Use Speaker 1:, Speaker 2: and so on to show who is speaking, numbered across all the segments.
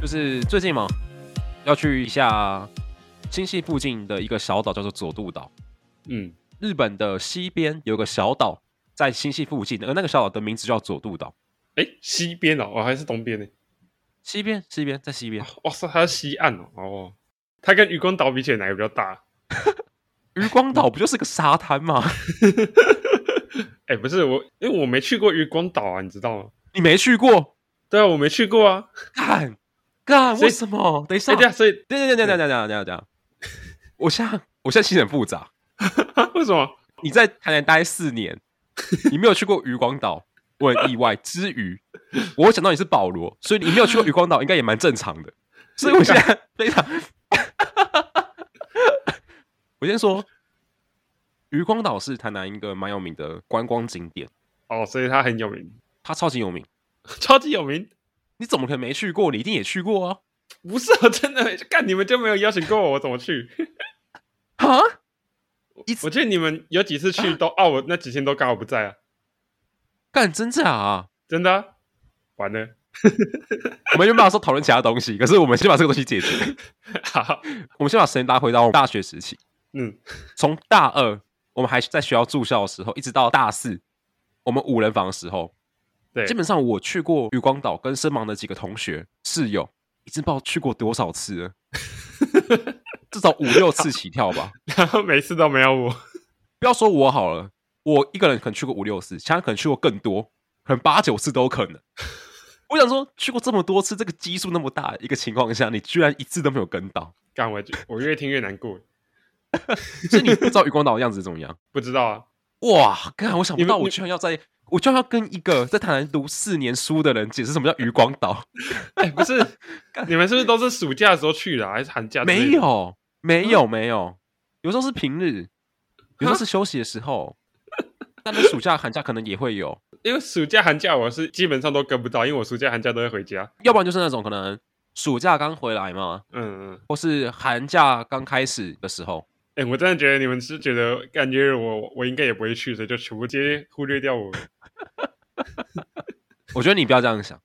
Speaker 1: 就是最近嘛，要去一下新系附近的一个小岛，叫做佐渡岛。
Speaker 2: 嗯，
Speaker 1: 日本的西边有个小岛，在新系附近，而那个小岛的名字叫佐渡岛。
Speaker 2: 哎，西边哦，哦还是东边呢？
Speaker 1: 西边，西边，在西边。
Speaker 2: 哇塞，它是西岸哦，哦，它跟渔光岛比起来，哪个比较大？
Speaker 1: 渔光岛不就是个沙滩吗？
Speaker 2: 哎，不是我，因为我没去过渔光岛啊，你知道吗？
Speaker 1: 你没去过？
Speaker 2: 对啊，我没去过啊。
Speaker 1: 干干，
Speaker 2: 所
Speaker 1: 为
Speaker 2: 以
Speaker 1: 什么？等一
Speaker 2: 哎，
Speaker 1: 下，
Speaker 2: 对啊，所以
Speaker 1: 等等等等等等等等，我现在我现在心情很复杂。
Speaker 2: 为什么？
Speaker 1: 你在台南待四年，你没有去过渔光岛，我很意外。之余，我想到你是保罗，所以你没有去过渔光岛，应该也蛮正常的。所以我现在非常，我先说，渔光岛是台南一个蛮有名的观光景点，
Speaker 2: 哦，所以它很有名，
Speaker 1: 它超级有名。
Speaker 2: 超级有名。
Speaker 1: 你怎么可能没去过？你一定也去过啊！
Speaker 2: 不是啊，真的， 干你们就没有邀请过我，我怎么去？
Speaker 1: 哈，一次
Speaker 2: 我记得你们有几次去都啊，我那几天都刚好不在啊，
Speaker 1: 干真假啊？
Speaker 2: 真的、啊。完了，
Speaker 1: 我们原本说讨论其他东西，可是我们先把这个东西解决。
Speaker 2: 好，
Speaker 1: 我们先把时间拉回到我们大学时期。
Speaker 2: 嗯，
Speaker 1: 从大二我们还在学校住校的时候，一直到大四我们五人房的时候，
Speaker 2: 对，
Speaker 1: 基本上我去过渔光岛，跟身旁的几个同学室友，已经不知道去过多少次了，至少五六次起跳吧。
Speaker 2: 然后每次都没有我，
Speaker 1: 不要说我好了，我一个人可能去过五六次，其他人可能去过更多，可能八九次都有可能。我想说，去过这么多次，这个基数那么大，一个情况下，你居然一次都没有跟到，
Speaker 2: 干我就我越听越难过，
Speaker 1: 所以你不知道渔光岛的样子怎么样？
Speaker 2: 不知道啊，
Speaker 1: 哇，刚我想不
Speaker 2: 你们
Speaker 1: 到，
Speaker 2: 你
Speaker 1: 我居然要在，我居然要跟一个在台南读四年书的人解释什么叫渔光岛，
Speaker 2: 哎、不是，你们是不是都是暑假的时候去的啊、还是寒假？
Speaker 1: 没，有，没有，没有，有时候是平日，有时候是休息的时候，但是暑假、寒假可能也会有，
Speaker 2: 因为暑假寒假我是基本上都跟不到，因为我暑假寒假都会回家。
Speaker 1: 要不然就是那种可能暑假刚回来嘛，
Speaker 2: 嗯嗯，
Speaker 1: 或是寒假刚开始的时候，
Speaker 2: 哎、我真的觉得你们是觉得感觉我我应该也不会去，所以就全部直接忽略掉我。
Speaker 1: 我觉得你不要这样想，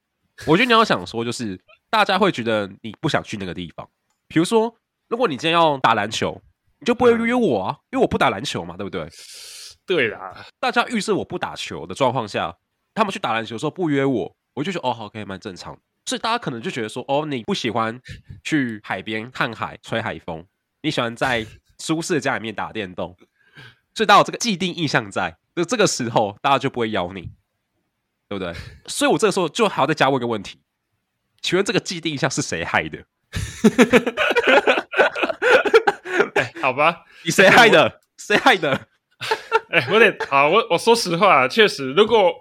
Speaker 1: 我觉得你要想说，就是大家会觉得你不想去那个地方，比如说，如果你今天要打篮球。你就不会约我啊，因为我不打篮球嘛，对不对？
Speaker 2: 对啦，
Speaker 1: 大家预设我不打球的状况下，他们去打篮球的时候不约我，我就觉得哦，好，OK，蛮正常的。所以大家可能就觉得说，哦，你不喜欢去海边看海、吹海风，你喜欢在舒适的家里面打电动，所以大家有这个既定印象在，就这个时候大家就不会邀你，对不对？所以我这个时候就还要再加问一个问题，请问这个既定印象是谁害的？
Speaker 2: 哎、好吧，
Speaker 1: 你谁害的？谁害的？
Speaker 2: 哎、我得好，我我说实话，啊确实，如果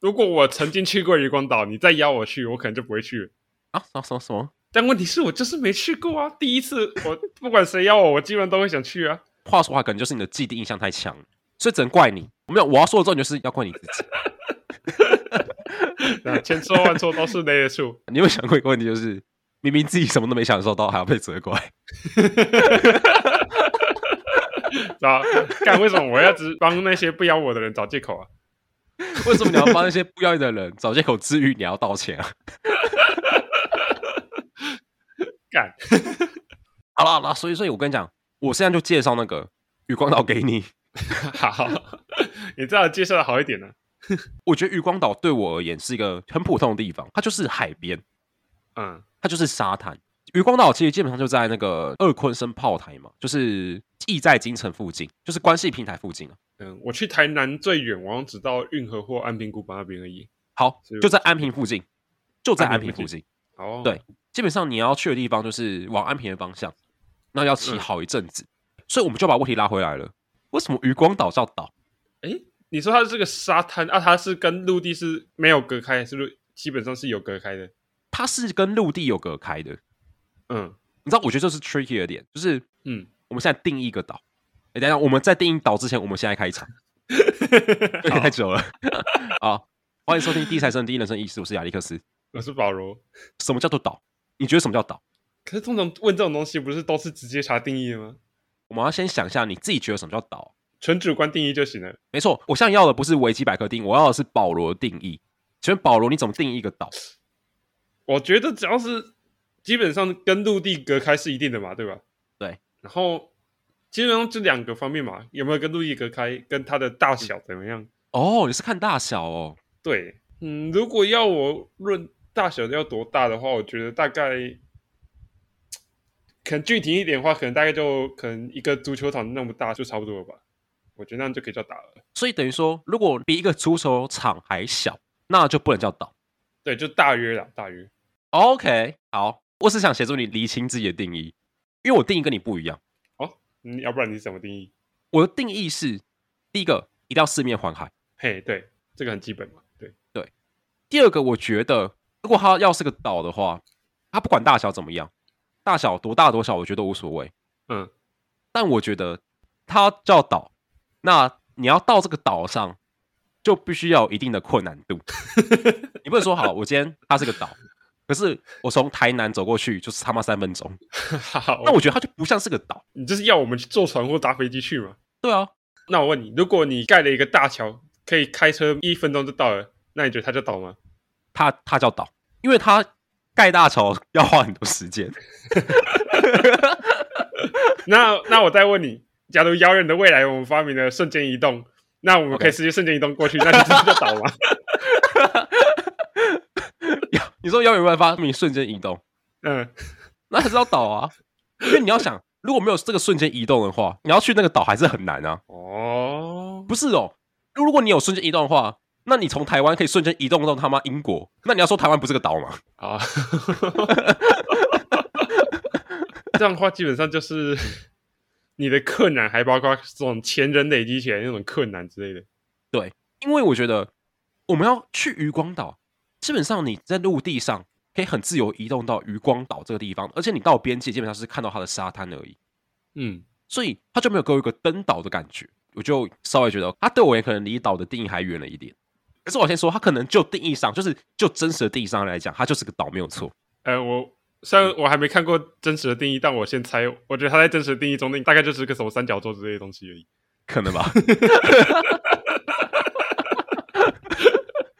Speaker 2: 如果我曾经去过渔光岛，你再邀我去，我可能就不会去了。
Speaker 1: 啊？什么什么什么？
Speaker 2: 但问题是我就是没去过啊，第一次我不管谁邀我，我基本上都会想去啊。
Speaker 1: 话说话，可能就是你的既定印象太强了，所以只能怪你。没有，我要说的重点就是要怪你自己。
Speaker 2: 啊千错万错都是那些数，
Speaker 1: 你有没有想过一个问题，就是明明自己什么都没享受到，还要被责怪？
Speaker 2: 知道吧？啊干为什么我要只帮那些不邀我的人找借口啊？
Speaker 1: 为什么你要帮那些不要脸的人 找借口治愈？你要道歉啊！
Speaker 2: 干，
Speaker 1: 好了好了，所以所以我跟你讲，我现在就介绍那个余光岛给你。
Speaker 2: 好，你这样介绍的好一点呢、啊
Speaker 1: 我觉得余光岛对我而言是一个很普通的地方，它就是海边，
Speaker 2: 嗯，
Speaker 1: 它就是沙滩。余光岛其实基本上就在那个二昆生炮台嘛，就是意在京城附近，就是关系平台附近啊。
Speaker 2: 嗯，我去台南最远，我好像只到运河或安平古堡那边而已。
Speaker 1: 好
Speaker 2: 是，
Speaker 1: 就在安平附近，就在
Speaker 2: 安
Speaker 1: 安
Speaker 2: 平
Speaker 1: 平
Speaker 2: 附
Speaker 1: 附近。
Speaker 2: 哦，
Speaker 1: 对基本上你要去的地方就是往安平的方向，那要骑
Speaker 2: 嗯
Speaker 1: 好一阵子，所以我们就把问题拉回来了。为什么渔光岛叫岛？
Speaker 2: 哎，你说它是个沙滩啊？它是跟陆地是没有隔开，还是陆基本上是有隔开的？
Speaker 1: 它是跟陆地有隔开的，
Speaker 2: 嗯
Speaker 1: 你知道？我觉得这是 tricky 的点，就是
Speaker 2: 嗯，
Speaker 1: 我们现在定义一个岛。哎，等一下，我们在定义岛之前，我们现在开场，有
Speaker 2: 啊
Speaker 1: 点 太久了。好，欢迎收听《第一财生第一人生意识》，我是亚历克斯。
Speaker 2: 我是保罗。
Speaker 1: 什么叫做岛？你觉得什么叫岛？
Speaker 2: 可是通常问这种东西，不是都是直接查定义的吗？
Speaker 1: 我们要先想一下你自己觉得什么叫岛。
Speaker 2: 纯主观定义就行了。
Speaker 1: 没错，我现在要的不是维基百科定义，我要的是保罗的定义。请问保罗，你怎么定义一个岛？
Speaker 2: 我觉得只要是基本上跟陆地隔开是一定的嘛，对吧？
Speaker 1: 对。
Speaker 2: 然后基本上这两个方面嘛，有没有跟陆地隔开，跟它的大小怎么样？
Speaker 1: 哦，你是看大小哦，
Speaker 2: 对，嗯，如果要我论大小要多大的话，我觉得大概，可能具体一点的话，可能大概就可能一个足球场那么大就差不多了吧。我觉得那样就可以叫打了。
Speaker 1: 所以等于说，如果比一个足球场还小，那就不能叫岛。
Speaker 2: 对，就大约啦，大约。
Speaker 1: OK，好，我是想协助你厘清自己的定义，因为我定义跟你不一样。
Speaker 2: 嗯，要不然你怎么定义？
Speaker 1: 我的定义是，第一个一定要四面环海，
Speaker 2: 嘿，对，这个很基本嘛。对，
Speaker 1: 第二个我觉得，如果它要是个岛的话，它不管大小怎么样，大小多大多小，我觉得无所谓。
Speaker 2: 嗯，
Speaker 1: 但我觉得它叫岛，那你要到这个岛上，就必须要有一定的困难度。你不能说好，我今天它是个岛，可是我从台南走过去就是他妈三分钟，
Speaker 2: 好
Speaker 1: 那，我觉得它就不像是个岛。
Speaker 2: 你就是要我们去坐船或搭飞机去嘛？
Speaker 1: 对啊，
Speaker 2: 那我问你，如果你盖了一个大桥，可以开车一分钟就到了，那你觉得它叫岛吗？
Speaker 1: 它它叫岛，因为它盖大桥 要花很多时间。
Speaker 2: 那那我再问你，假如遥远的未来我们发明了瞬间移动，那我们
Speaker 1: OK
Speaker 2: 可以直接瞬间移动过去，那你这是叫岛吗？
Speaker 1: 你说遥远万发明瞬间移动，
Speaker 2: 嗯，
Speaker 1: 那还是要岛啊，因为你要想，如果没有这个瞬间移动的话，你要去那个岛还是很难啊。
Speaker 2: 哦，
Speaker 1: 不是哦，如果你有瞬间移动的话，那你从台湾可以瞬间移动到他妈英国，那你要说台湾不是个岛吗？
Speaker 2: 啊，这样的话基本上就是你的困难，还包括这种前人累积起来那种困难之类的。
Speaker 1: 因为我觉得我们要去渔光岛，基本上你在陆地上可以很自由移动到渔光岛这个地方，而且你到边界基本上是看到它的沙滩而已，
Speaker 2: 嗯，
Speaker 1: 所以它就没有给我一个登岛的感觉。我就稍微觉得，它对我也可能离岛的定义还远了一点。可是我先说，它可能就定义上，就是就真实的定义上来讲，它就是个岛，没有错。
Speaker 2: 呃，我虽然我还没看过真实的定义，但我先猜，我觉得它在真实的定义中，那大概就是个什么三角洲之类的东西而已。
Speaker 1: 可能吧。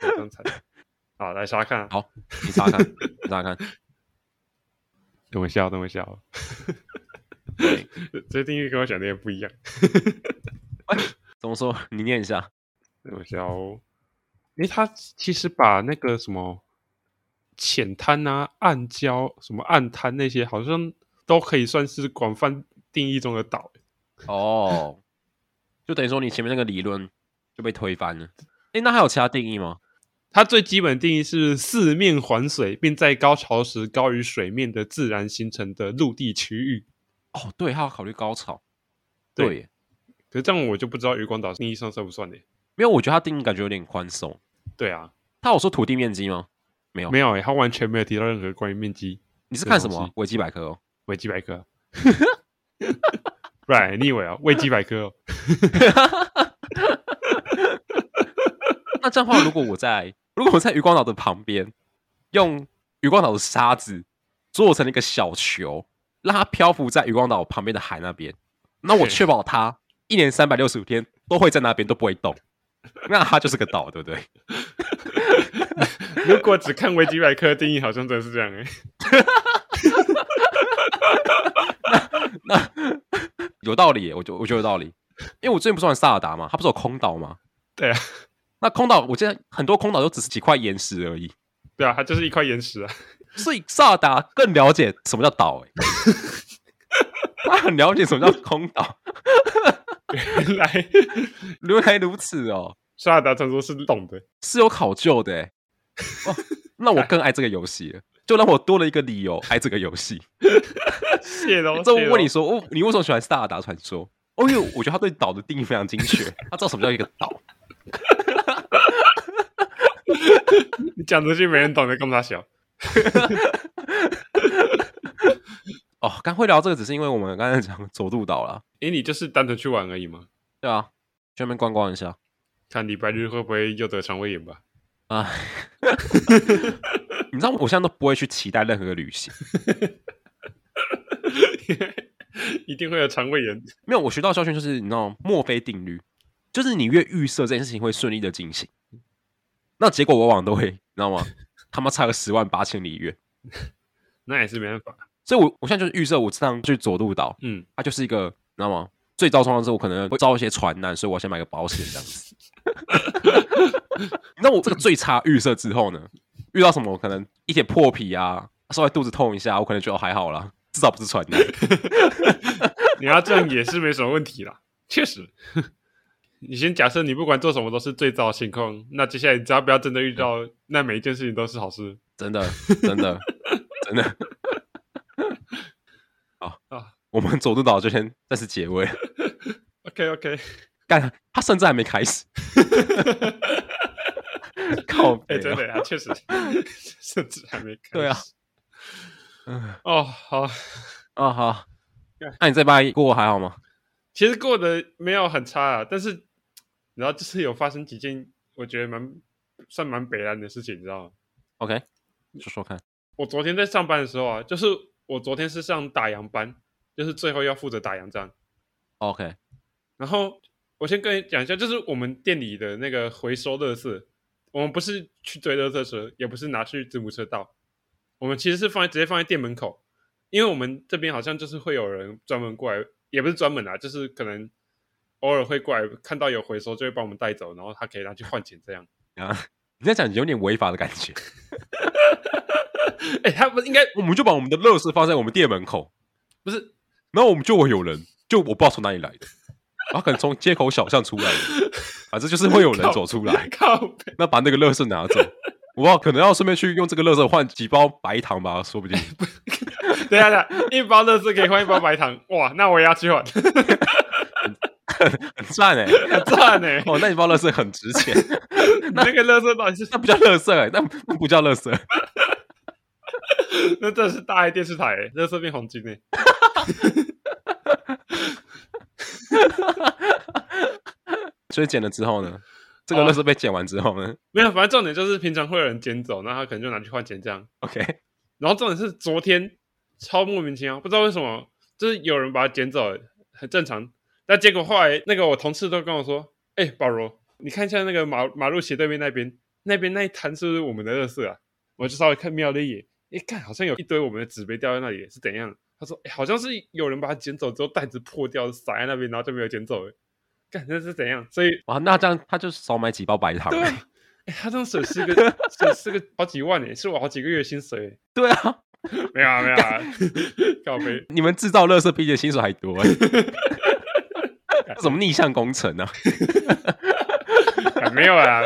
Speaker 2: 我这样猜。 好，来查看啊。
Speaker 1: 好，你查看，你查看。
Speaker 2: 等我一下哦，等我一下 哦。
Speaker 1: 对，
Speaker 2: 这定义跟我想的也不一样。
Speaker 1: 怎么说？你念一下。
Speaker 2: 等我一下哦。诶，他其实把那个什么浅滩啊、暗礁、什么暗滩那些，好像都可以算是广泛定义中的岛。
Speaker 1: 哦，就等于说你前面那个理论就被推翻了。诶，那还有其他定义吗？
Speaker 2: 它最基本定义是四面环水，并在高潮时高于水面的自然形成的陆地区域。
Speaker 1: 哦，对，还要考虑高潮。
Speaker 2: 对
Speaker 1: 对耶，
Speaker 2: 可是这样我就不知道渔光岛定义上算不算呢？
Speaker 1: 没有，我觉得它定义感觉有点宽松。
Speaker 2: 对啊，
Speaker 1: 他有说土地面积吗？没有。
Speaker 2: 没有诶，他完全没有提到任何关于面积。
Speaker 1: 你是看什
Speaker 2: 这
Speaker 1: 么
Speaker 2: 种
Speaker 1: 啊？维基百科哦。
Speaker 2: 维基百科 啊。不然你以为啊？维基百科、哦，
Speaker 1: 那这样的话，如果我在如果我在渔光岛的旁边，用渔光岛的沙子做成了一个小球，让它漂浮在渔光岛旁边的海那边，那我
Speaker 2: 是
Speaker 1: 确保它一年三百六十五天都会在那边都不会动，那它就是个岛，对不对？
Speaker 2: 如果只看维基百科的定义，好像真的是这样哎、
Speaker 1: 有道理耶，我就我觉得有道理，因为我之前不是玩萨尔达嘛，它不是有空岛吗？
Speaker 2: 对啊，
Speaker 1: 那空岛我记得很多空岛都只是几块岩石而已，
Speaker 2: 对啊，它就是一块岩石啊。
Speaker 1: 所以萨尔达更了解什么叫岛，哎，他很了解什么叫空岛。
Speaker 2: 原来
Speaker 1: 原来如此哦，
Speaker 2: 沙尔达传说是懂的，
Speaker 1: 是有考究的欸。哦，那我更爱这个游戏了，就让我多了一个理由爱这个游戏。
Speaker 2: 谢喽。
Speaker 1: 这
Speaker 2: 谢
Speaker 1: 我
Speaker 2: 咯
Speaker 1: 问你，说，哦，你为什么喜欢《萨尔达传说》？哦，因为我觉得他对岛的定义非常精确，他知道什么叫一个岛。
Speaker 2: 你讲出去没人懂的，干嘛小？
Speaker 1: 哦，刚会聊这个，只是因为我们刚才讲佐渡岛啦，
Speaker 2: 诶，你就是单纯去玩而已嘛。
Speaker 1: 对啊，去那边逛逛一下
Speaker 2: 看礼拜日会不会又得肠胃炎吧？
Speaker 1: 啊。 唉你知道我现在都不会去期待任何的旅行，
Speaker 2: 一定会有肠胃炎。
Speaker 1: 没有我学到的教训就是你知道墨菲定律，就是你越预设这件事情会顺利的进行，那结果往往都会你知道吗？他妈差个十万八千里远。
Speaker 2: 那也是没办法。
Speaker 1: 所以我我现在就是预设我这趟去佐渡岛，
Speaker 2: 嗯，
Speaker 1: 它就是一个，你知道吗？最糟状况是我可能会遭一些船难，所以我要先买个保险这样 子。那我这个最差预设之后呢，遇到什么可能一点破皮啊，稍微肚子痛一下，我可能觉得哦还好啦，至少不是船难。
Speaker 2: 你要这样也是没什么问题啦，确实。 你先假设你不管做什么都是最糟的情况，那接下来只要不要真的遇到，那每一件事情都是好事
Speaker 1: 真的，真的，真的。好
Speaker 2: 啊
Speaker 1: 我们佐渡岛就先暂时结尾了。
Speaker 2: OK OK，
Speaker 1: 干，他甚至还没开始。靠北
Speaker 2: 哎、
Speaker 1: 啊、
Speaker 2: 真的呀，确实，甚至还没看。
Speaker 1: 对啊，嗯
Speaker 2: 嗯，哦，好，
Speaker 1: 啊好，那你这把过还好吗？
Speaker 2: 其实过得没有很差啊，但是然后就是有发生几件我觉得蛮算蛮北然的事情，你知道吗？
Speaker 1: OK，说说看。
Speaker 2: 我昨天在上班的时候啊，就是我昨天是上打烊班，就是最后要负责打烊这样。
Speaker 1: OK，
Speaker 2: 然后我先跟你讲一下，就是我们店里的那个回收垃圾，我们不是去追垃圾车，也不是拿去子母车道，我们其实是放在直接放在店门口，因为我们这边好像就是会有人专门过来，也不是专门啊，就是可能偶尔会过来看到有回收就会帮我们带走，然后他可以拿去换钱这样。
Speaker 1: 啊你在讲有点违法的感觉。
Speaker 2: 哎、他们应该
Speaker 1: 我们就把我们的乐事放在我们店门口，
Speaker 2: 不是，
Speaker 1: 然后我们就会有人，就我不知道从哪里来的，然后可能从街口小巷出来的，反正就是会有人走出来
Speaker 2: 靠北
Speaker 1: 那把那个乐事拿走。我不知道，可能要顺便去用这个乐色换几包白糖吧，说不 定。
Speaker 2: 等一下，等一下一包垃圾可以换一包白糖，哇，那我也要去换，
Speaker 1: 很赚哎、
Speaker 2: 赞呢、
Speaker 1: 哦，那一包乐色很值钱，
Speaker 2: 欸你那个垃圾到底是
Speaker 1: 那不叫乐色哎，那那不叫乐色。
Speaker 2: 那真的是大爱电视台、欸，热色变黄金呢、
Speaker 1: 所以剪了之后呢，这个乐色被剪完之后呢
Speaker 2: 没有，反正重点就是平常会有人捡走，那他可能就拿去换钱这样。
Speaker 1: ，OK，
Speaker 2: 然后重点是昨天超莫名其妙，不知道为什么，就是有人把它捡走，很正常。但结果后来那个我同事都跟我说：“哎、保罗，你看一下那个马马路斜对面那边，那边那一摊是不是我们的垃圾啊？”我就稍微看瞄了一眼，哎、看好像有一堆我们的纸杯掉在那里，是怎样？他说：“哎、好像是有人把它捡走之后，袋子破掉撒在那边，然后就没有捡走了。干那是怎样？所以
Speaker 1: 哇，那这样他就少买几包白糖、
Speaker 2: 对
Speaker 1: 欸。
Speaker 2: 啊，哎、他这样损 失一个损失个好几万呢，是我好几个月薪水。
Speaker 1: 对啊，
Speaker 2: 没有 啊，没有啊，告别。
Speaker 1: 你们制造垃圾比你的薪水还多、欸， 这什么逆向工程啊？
Speaker 2: 啊没有啊，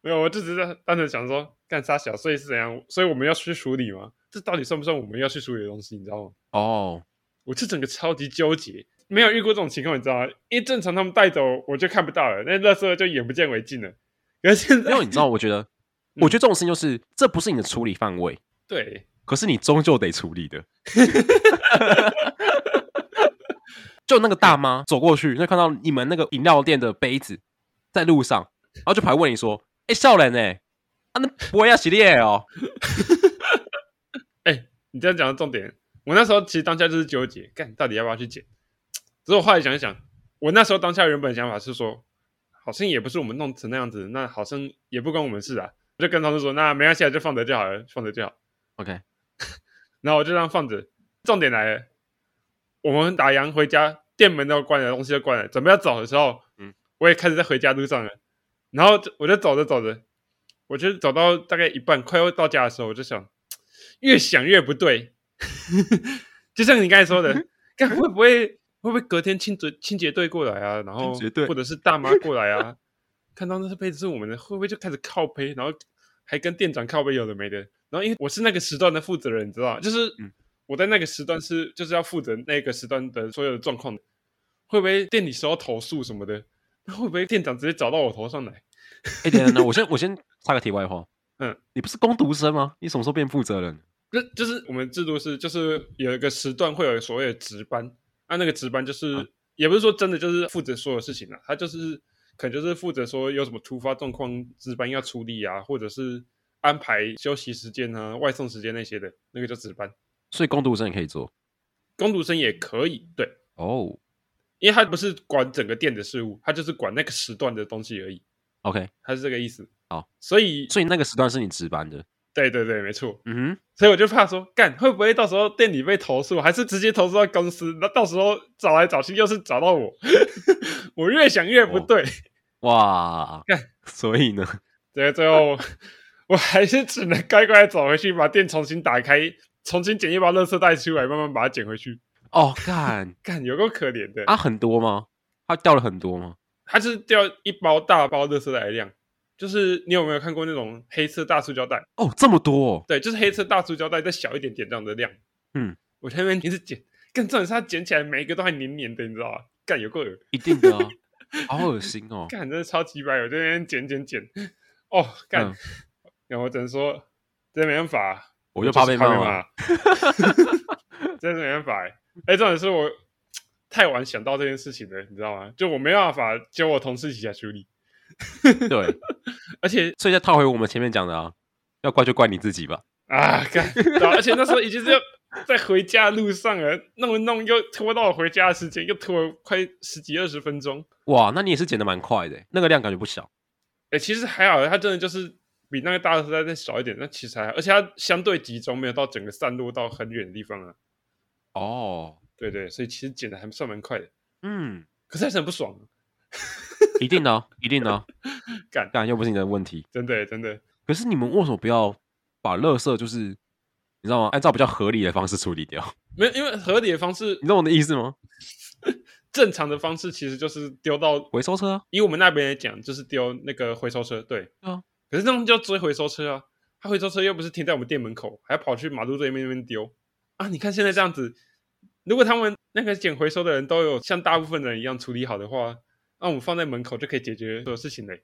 Speaker 2: 没有，我就只是单纯想说干啥小，所以是怎样？所以我们要去处理吗？这到底算不算我们要去处理的东西？你知道吗？
Speaker 1: 哦，
Speaker 2: 我这整个超级纠结，没有遇过这种情况，你知道吗？因为正常他们带走我就看不到了，那垃圾就眼不见为净了。可是现
Speaker 1: 因
Speaker 2: 在
Speaker 1: 为你知道，我觉 得，我觉得这种事情就是，这不是你的处理范围，
Speaker 2: 对，
Speaker 1: 可是你终究得处理的。 就那个大妈走过去，就看到你们那个饮料店的杯子在路上，然后就跑来问你说：“哎、笑人呢、啊，那不会要洗脸哦
Speaker 2: 你这样讲到重点，我那时候其实当下就是纠结，干到底要不要去剪。只是我后来想一想，我那时候当下原本的想法是说，好像也不是我们弄成那样子，那好像也不关我们事啊。我就跟同事说，那没关系，啊，就放着就好了，放着就好。
Speaker 1: ？”OK，哎
Speaker 2: 然后我就让放着。重点来了，我们打烊回家，店门都关了，东西都关了，准备要走的时候，
Speaker 1: 嗯，
Speaker 2: 我也开始在回家路上了。然后就我就走着走着，我就走到大概一半，快要到家的时候，我就想，越想越不对， 就像你刚才说的，看会不会会不会隔天清洁清洁队过来啊，然后
Speaker 1: 清洁队
Speaker 2: 或者是大妈过来啊，看到那是杯子是我们的，会不会就开始靠背，然后还跟店长靠背有的没的，然后因为我是那个时段的负责人，你知道吗，就是
Speaker 1: 嗯
Speaker 2: 我在那个时段是就是要负责那个时段的所有的状况，会不会店里收到投诉什么的？那会不会店长直接找到我头上来？
Speaker 1: 哎、等等等，我先我先插个题外 话，
Speaker 2: 嗯，
Speaker 1: 你不是工读生吗？你什么时候变负责人？
Speaker 2: 那就是我们制度是，就是有一个时段会有所谓的值班，啊，那个值班就是、
Speaker 1: 嗯
Speaker 2: 也不是说真的就是负责所有事情啊，他就是可能就是负责说有什么突发状况值班要处理啊，或者是安排休息时间啊、外送时间那些的，那个叫值班。
Speaker 1: 所以工读生也可以做
Speaker 2: 工读生也可以，对，
Speaker 1: 哦。
Speaker 2: 因为他不是管整个店的事务，他就是管那个时段的东西而已，
Speaker 1: OK，
Speaker 2: 他是这个意思。
Speaker 1: 好，
Speaker 2: 所以
Speaker 1: 所以那个时段是你值班的，
Speaker 2: 对对对，没错。
Speaker 1: 嗯哼，
Speaker 2: 所以我就怕说，干会不会到时候店里被投诉，还是直接投诉到公司？那到时候找来找去又是找到我， 我越想越不对。
Speaker 1: 哇
Speaker 2: 干，
Speaker 1: 所以呢，
Speaker 2: 对，最后我还是只能乖乖走回去，把店重新打开，重新捡一包垃圾袋出来，慢慢把它捡回去。
Speaker 1: 哦，干
Speaker 2: 干，有够可怜的。
Speaker 1: 啊，很多吗？他掉了很多吗？
Speaker 2: 它是掉一包大包垃圾袋的量，就是你有没有看过那种黑色大塑胶袋？
Speaker 1: 哦，这么多、哦，
Speaker 2: 对，就是黑色大塑胶袋再小一点点这样的量。
Speaker 1: 嗯，
Speaker 2: 我在那边一直捡，更重点是它捡起来每一个都还黏黏的，你知道吗？干有够恶，
Speaker 1: 一定的啊，好恶心哦。
Speaker 2: 干真的超级白，我在那边捡捡捡，哦干，
Speaker 1: 嗯
Speaker 2: 然后我只能说真的没办法，
Speaker 1: 我就怕被
Speaker 2: 就是
Speaker 1: 骂
Speaker 2: 骂
Speaker 1: 嘛，，
Speaker 2: 真的没办法欸。哎、重点是我太晚想到这件事情了，你知道吗？就我没办法叫我同事一起来处理，
Speaker 1: 对，
Speaker 2: 而且
Speaker 1: 所以再套回我们前面讲的啊，要怪就怪你自己吧。
Speaker 2: 啊，干！然后而且那时候已经是要在回家的路上了，弄一弄又拖到我回家的时间，又拖了快十几二十分钟。
Speaker 1: 哇，那你也是剪的蛮快的欸，那个量感觉不小。
Speaker 2: 哎、其实还好，它真的就是比那个大时代再少一点，那其实还好，而且它相对集中，没有到整个散落到很远的地方啊。
Speaker 1: 哦，
Speaker 2: 对对，所以其实剪的还算蛮快的，
Speaker 1: 嗯，
Speaker 2: 可是还是很不爽，啊
Speaker 1: 一定的啊，一定的啊，
Speaker 2: 干，
Speaker 1: 干又不是你的问题。
Speaker 2: 真的真的。
Speaker 1: 可是你们为什么不要把垃圾就是你知道吗？按照比较合理的方式处理掉，
Speaker 2: 没有，因为合理的方式
Speaker 1: 你，懂我的意思吗？
Speaker 2: 正常的方式其实就是丢到
Speaker 1: 回收车啊，
Speaker 2: 以我们那边来讲，就是丢那个回收车，对，
Speaker 1: 啊
Speaker 2: 可是那种叫追回收车啊，他回收车又不是停在我们店门口，还要跑去马路对面那边丢啊！你看现在这样子，如果他们那个捡回收的人都有像大部分人一样处理好的话，那我们放在门口就可以解决所有事情嘞。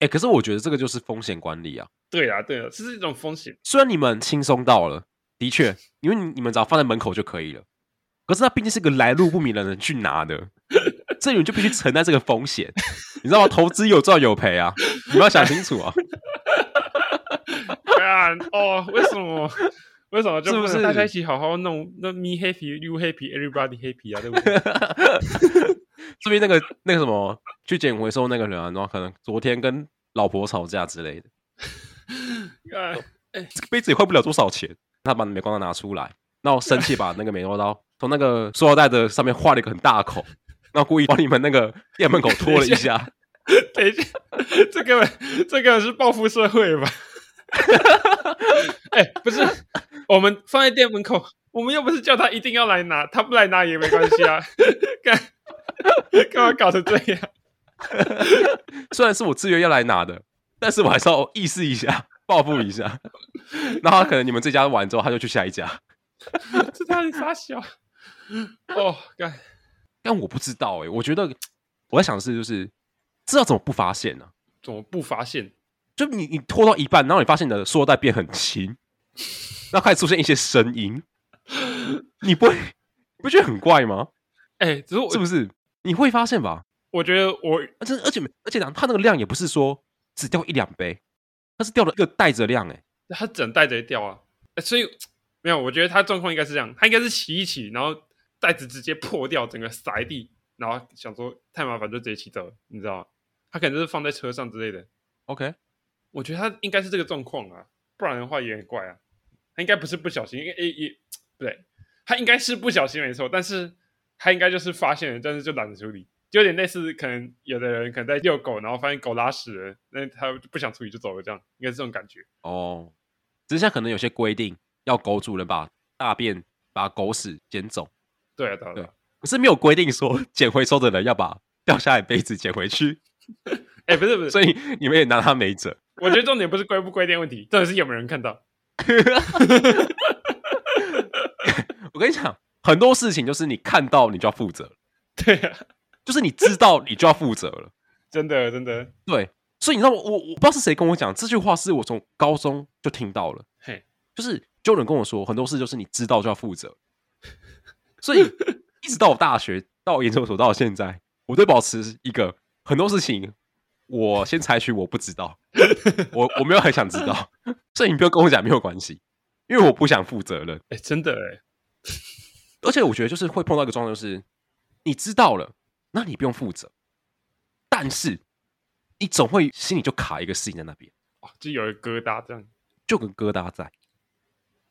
Speaker 1: 哎、可是我觉得这个就是风险管理啊。
Speaker 2: 对啊，对啊，这是一种风险。
Speaker 1: 虽然你们轻松到了，的确，因为你你们只要放在门口就可以了。可是那毕竟是个来路不明的人去拿的，这你们就必须承担这个风险，你知道吗？投资有赚有赔啊，你们要想清楚啊。
Speaker 2: 对啊，哦，为什么？为什么就不
Speaker 1: 是不
Speaker 2: 能
Speaker 1: 是
Speaker 2: 大家一起好好弄？那 me happy, you happy, everybody happy 啊，对 不对？
Speaker 1: 这边那个那个什么去捡回收那个人啊，然后可能昨天跟老婆吵架之类的，
Speaker 2: 啊，
Speaker 1: 这个杯子也换不了多少钱，他把美工刀拿出来，然后生气把那个美工刀从那个塑料袋的上面划了一个很大的口，然后故意往你们那个店门口拖了一下，
Speaker 2: 等一下，这个这个是报复社会吧？ 哎、不是，我们放在店门口，我们又不是叫他一定要来拿，他不来拿也没关系啊。 干干嘛搞成这样？
Speaker 1: 虽然是我自愿要来拿的，但是我还是要意识一下，报复一下。然后他可能你们这家完之后，他就去下一家，
Speaker 2: 这他底傻小？哦，干
Speaker 1: 但我不知道哎、我觉得我在想的是，就是这要怎么不发现呢、
Speaker 2: 怎么不发现？
Speaker 1: 就你你拖到一半，然后你发现你的塑料袋变很轻，然后开始出现一些声音，你不会你不觉得很怪吗？
Speaker 2: 哎、只是我
Speaker 1: 是不是？你会发现吧？
Speaker 2: 我觉得我
Speaker 1: 而且而且而且呢，它那个量也不是说只掉一两杯，它是掉了一个袋子的量哎、
Speaker 2: 他只能带着掉啊，哎所以没有，我觉得他状况应该是这样，他应该是骑一骑，然后袋子直接破掉，整个撒一地，然后想说太麻烦就直接骑走了，你知道吗？他可能就是放在车上之类的，
Speaker 1: OK，
Speaker 2: 我觉得他应该是这个状况啊，不然的话也很怪啊，他应该不是不小心，应该也也不对，他应该是不小心没错，但是他应该就是发现了，但是就懒得处理。就有点类似，可能有的人可能在遛狗，然后发现狗拉屎了，那他就不想处理就走了，这样应该是这种感觉。
Speaker 1: 哦，只是现在可能有些规定要狗主人把大便、把狗屎捡走，
Speaker 2: 对啊，对啊，对啊
Speaker 1: 对可是没有规定说 捡回收的人要把掉下来的杯子捡回去，
Speaker 2: 哎、不是不是，
Speaker 1: 所以你们也拿他没辙。
Speaker 2: 我觉得重点不是归不归店问题，重点是有没有人看到。
Speaker 1: 我跟你讲，很多事情就是你看到你就要负责，
Speaker 2: 对啊，
Speaker 1: 就是你知道你就要负责了。
Speaker 2: 真的真的，
Speaker 1: 对，所以你知道我我我不知道是谁跟我讲这句话，是我从高中就听到了，
Speaker 2: 嘿，
Speaker 1: 就是 j o 跟我说很多事就是你知道就要负责，所以一直到我大学到研究所到现在，我都保持一个很多事情我先采取我不知道，我我没有很想知道， 所以你不要跟我讲没有关系，因为我不想负责任，
Speaker 2: 哎、真的哎，
Speaker 1: 而且我觉得就是会碰到一个状况，就是你知道了，那你不用负责，但是你总会心里就卡一个事情在那边。
Speaker 2: 哦，就有一个疙瘩这样。
Speaker 1: 就跟疙瘩在。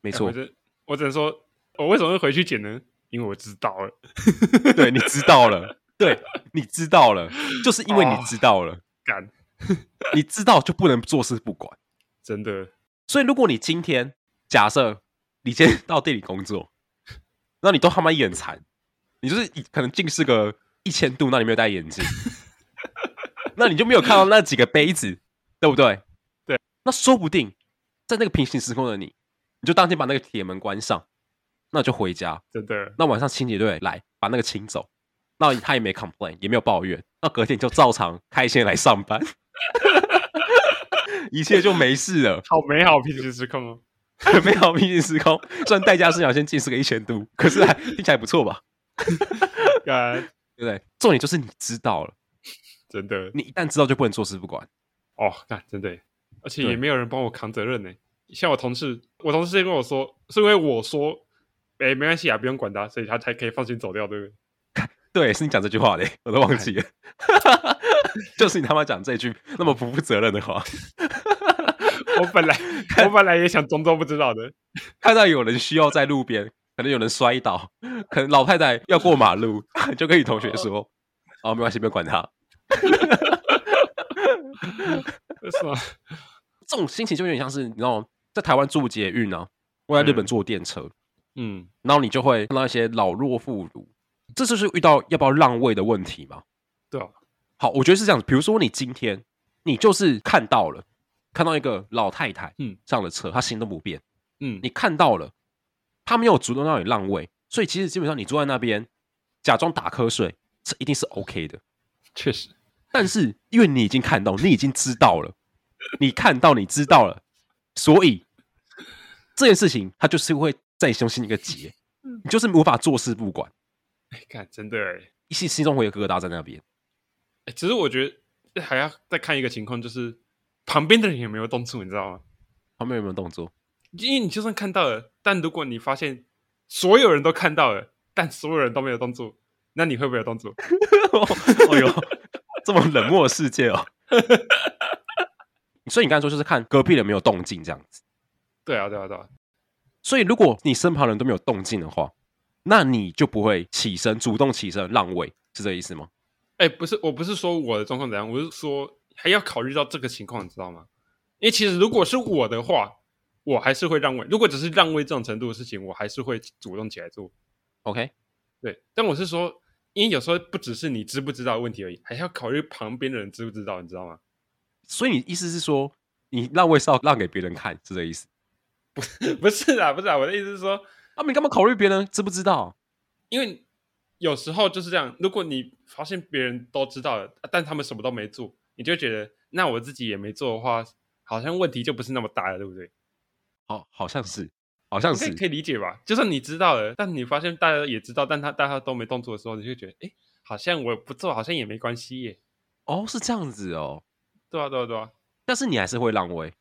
Speaker 1: 没
Speaker 2: 哎
Speaker 1: 错
Speaker 2: 我，只我只能说，我为什么会回去捡呢？因为我知道了，
Speaker 1: 对，你知道了，对，你知道了，就是因为你
Speaker 2: 哦
Speaker 1: 知道了，
Speaker 2: 干，
Speaker 1: 你知道就不能坐视不管。
Speaker 2: 真的，
Speaker 1: 所以，如果你今天假设你今天 到店里工作，那你都他妈眼馋，你就是一可能近视个一千度，那你没有戴眼镜，那你就没有看到那几个杯子，对不对？
Speaker 2: 对，
Speaker 1: 那说不定在那个平行时空的你，你就当天把那个铁门关上，那就回家，
Speaker 2: 真的，
Speaker 1: 那晚上清洁队来把那个清走，那他也没 complain，也没有抱怨，那隔天就照常开心地来上班， 一切就没事了。
Speaker 2: 好美好平行时空哦。
Speaker 1: 美好平行时空，虽然代价是小先近视个一千度， 可是还听起来不错吧？
Speaker 2: 干，
Speaker 1: 对不对？重点就是你知道了，
Speaker 2: 真的，
Speaker 1: 你一旦知道就不能坐视不管。
Speaker 2: 哦，那真的耶，而且
Speaker 1: 对
Speaker 2: 也没有人帮我扛责任呢。像我同事，我同事是跟我说，是因为我说，哎、没关系啊，不用管他，所以他才可以放心走掉，对不对？
Speaker 1: 对，是你讲这句话的， 我都忘记了，就是你他妈讲这句那么不负责任的话。
Speaker 2: 我本来我本来也想装作不知道的，
Speaker 1: 看到有人需要在路边，可能有人摔倒，可能老太太要过马路， 就跟你同学说：“哦，没关系，不要管他。
Speaker 2: 是吗？”
Speaker 1: 这种心情就有点像是你知道，在台湾坐捷运啊，我在日本坐电车，
Speaker 2: 嗯，
Speaker 1: 然后你就会看到一些老弱妇孺，这就是遇到要不要让位的问题嘛。
Speaker 2: 对啊，
Speaker 1: 好，我觉得是这样子。比如说你今天你就是看到了，看到一个老太太，嗯
Speaker 2: 嗯，
Speaker 1: 上了车，她行动不便，
Speaker 2: 嗯
Speaker 1: 你，看到了，他没有主动让你让位，所以其实基本上你坐在那边假装打瞌睡，这一定是 OK 的。
Speaker 2: 确实，
Speaker 1: 但是因为你已经看到，你已经知道了，你看到你知道了，所以这件事情它就是会在你胸心一个结，你就是无法坐视不管，
Speaker 2: 哎，看，真的哎，
Speaker 1: 一心心中会有疙瘩在那边。
Speaker 2: 哎，其实我觉得还要再看一个情况，就是旁边的人有没有动作，你知道吗？
Speaker 1: 旁边有没有动 作？
Speaker 2: 因为你就算看到了，但如果你发现所有人都看到了，但所有人都没有动作，那你会不会有动 作？
Speaker 1: 哦
Speaker 2: 哎
Speaker 1: 呦，这么冷漠的世界哦。所以你刚才说就是看隔壁人没有动静这样子。
Speaker 2: 对啊，对啊，对啊，
Speaker 1: 所以，如果你身旁人都没有动静的话，那你就不会起身主动起身让位，是这意思吗？
Speaker 2: 哎，不是，我不是说我的状况怎样，我是说还要考虑到这个情况，你知道吗？因为其实如果是我的话，我还是会让位。如果只是让位这种程度的事情，我还是会主动起来做。
Speaker 1: ？OK，
Speaker 2: 对，但我是说，因为有时候不只是你知不知道的问题而已，还要考虑旁边的人知不知道，你知道吗？
Speaker 1: 所以你意思是说，你让位是要让给别人看，是这意思？
Speaker 2: 不是啊，不是啊，我的意思是说，
Speaker 1: 啊，你干嘛考虑别人知不知道？
Speaker 2: 因为有时候就是这样，如果你发现别人都知道了，但他们什么都没做，你就会觉得那我自己也没做的话，好像问题就不是那么大了，对不对？
Speaker 1: 哦，好像是，好像
Speaker 2: 应该
Speaker 1: 是，
Speaker 2: 可以理解吧？就算你知道了，但你发现大家也知道，但他大家都没动作的时候，你就觉得，哎，好像我不做好像也没关系耶，
Speaker 1: 哦，是这样子哦。
Speaker 2: 对啊，对啊，对啊。
Speaker 1: 但是你还是会让位，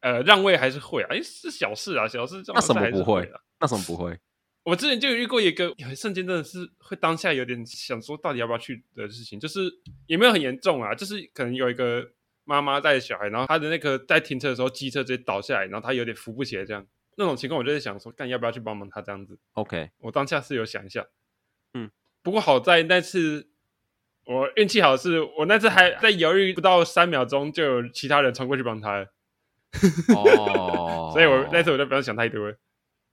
Speaker 2: 呃，让位还是会啊，哎，是小事啊，小事这种
Speaker 1: 那什
Speaker 2: 事
Speaker 1: 么
Speaker 2: 还是
Speaker 1: 不会
Speaker 2: 啊？？
Speaker 1: 那什么不会？
Speaker 2: 我之前就有遇过一个，有一瞬间真的是会当下有点想说到底要不要去的事情，就是也没有很严重啊，就是可能有一个妈妈带着小孩，然后她的那个在停车的时候机车直接倒下来，然后她有点扶不起来，这样那种情况，我就在想说，干要不要去帮忙她这样子？
Speaker 1: OK，
Speaker 2: 我当下是有想一下，
Speaker 1: 嗯，
Speaker 2: 不过好在那次我运气好是，我那次还在犹豫不到三秒钟，就有其他人冲过去帮她了，
Speaker 1: 哦
Speaker 2: 所以我那次我就不要想太多了。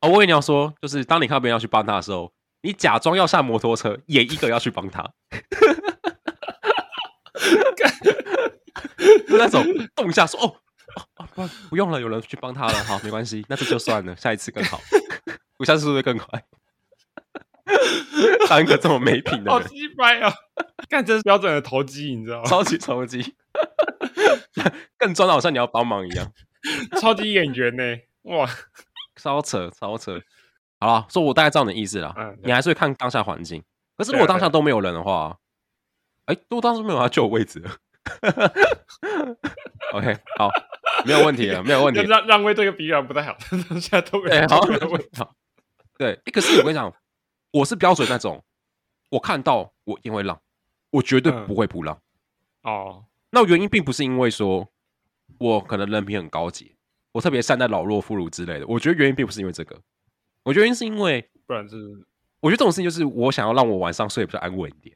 Speaker 1: 哦，我以为你要说，就是当你看到别人要去帮他的时候，你假装要下摩托车，也一个要去帮他，就那种动一下说哦哦哦不不用了，有人去帮他了，好没关系，那这就算了，下一次更好，我下次是不是更快？当一个这么没品的
Speaker 2: 好
Speaker 1: 人，
Speaker 2: 鸡掰哦！ 看，这是标准的投机，你知道吗？
Speaker 1: 超级冲击，更装的好像你要帮忙一样，
Speaker 2: 超级演员呢、哇，
Speaker 1: 超扯超扯。好了，所以我大概知道你的意思了。
Speaker 2: 嗯，
Speaker 1: 你还是会看当下环境。可是如
Speaker 2: 对啊
Speaker 1: 果当
Speaker 2: 对
Speaker 1: 下
Speaker 2: 啊
Speaker 1: 都没有人的话，哎、如果当时没有人，他就有位置了。OK，好，没有问题 了，没有问题
Speaker 2: 就。让让位这个比喻好像不太好， 现在都没
Speaker 1: 对
Speaker 2: 有，
Speaker 1: 哎好
Speaker 2: 都没有位置，
Speaker 1: 好，对。诶可是我跟你讲，我是标准那种，我看到我一定会让，我绝对
Speaker 2: 嗯
Speaker 1: 不会不让。
Speaker 2: 哦，
Speaker 1: 那原因并不是因为说我可能人品很高洁，我特别善待老弱妇孺之类的。我觉得原因并不是因为这个，我觉得原因是因为
Speaker 2: 不然是
Speaker 1: 我觉得这种事情就是我想要让我晚上睡得比较安稳一点。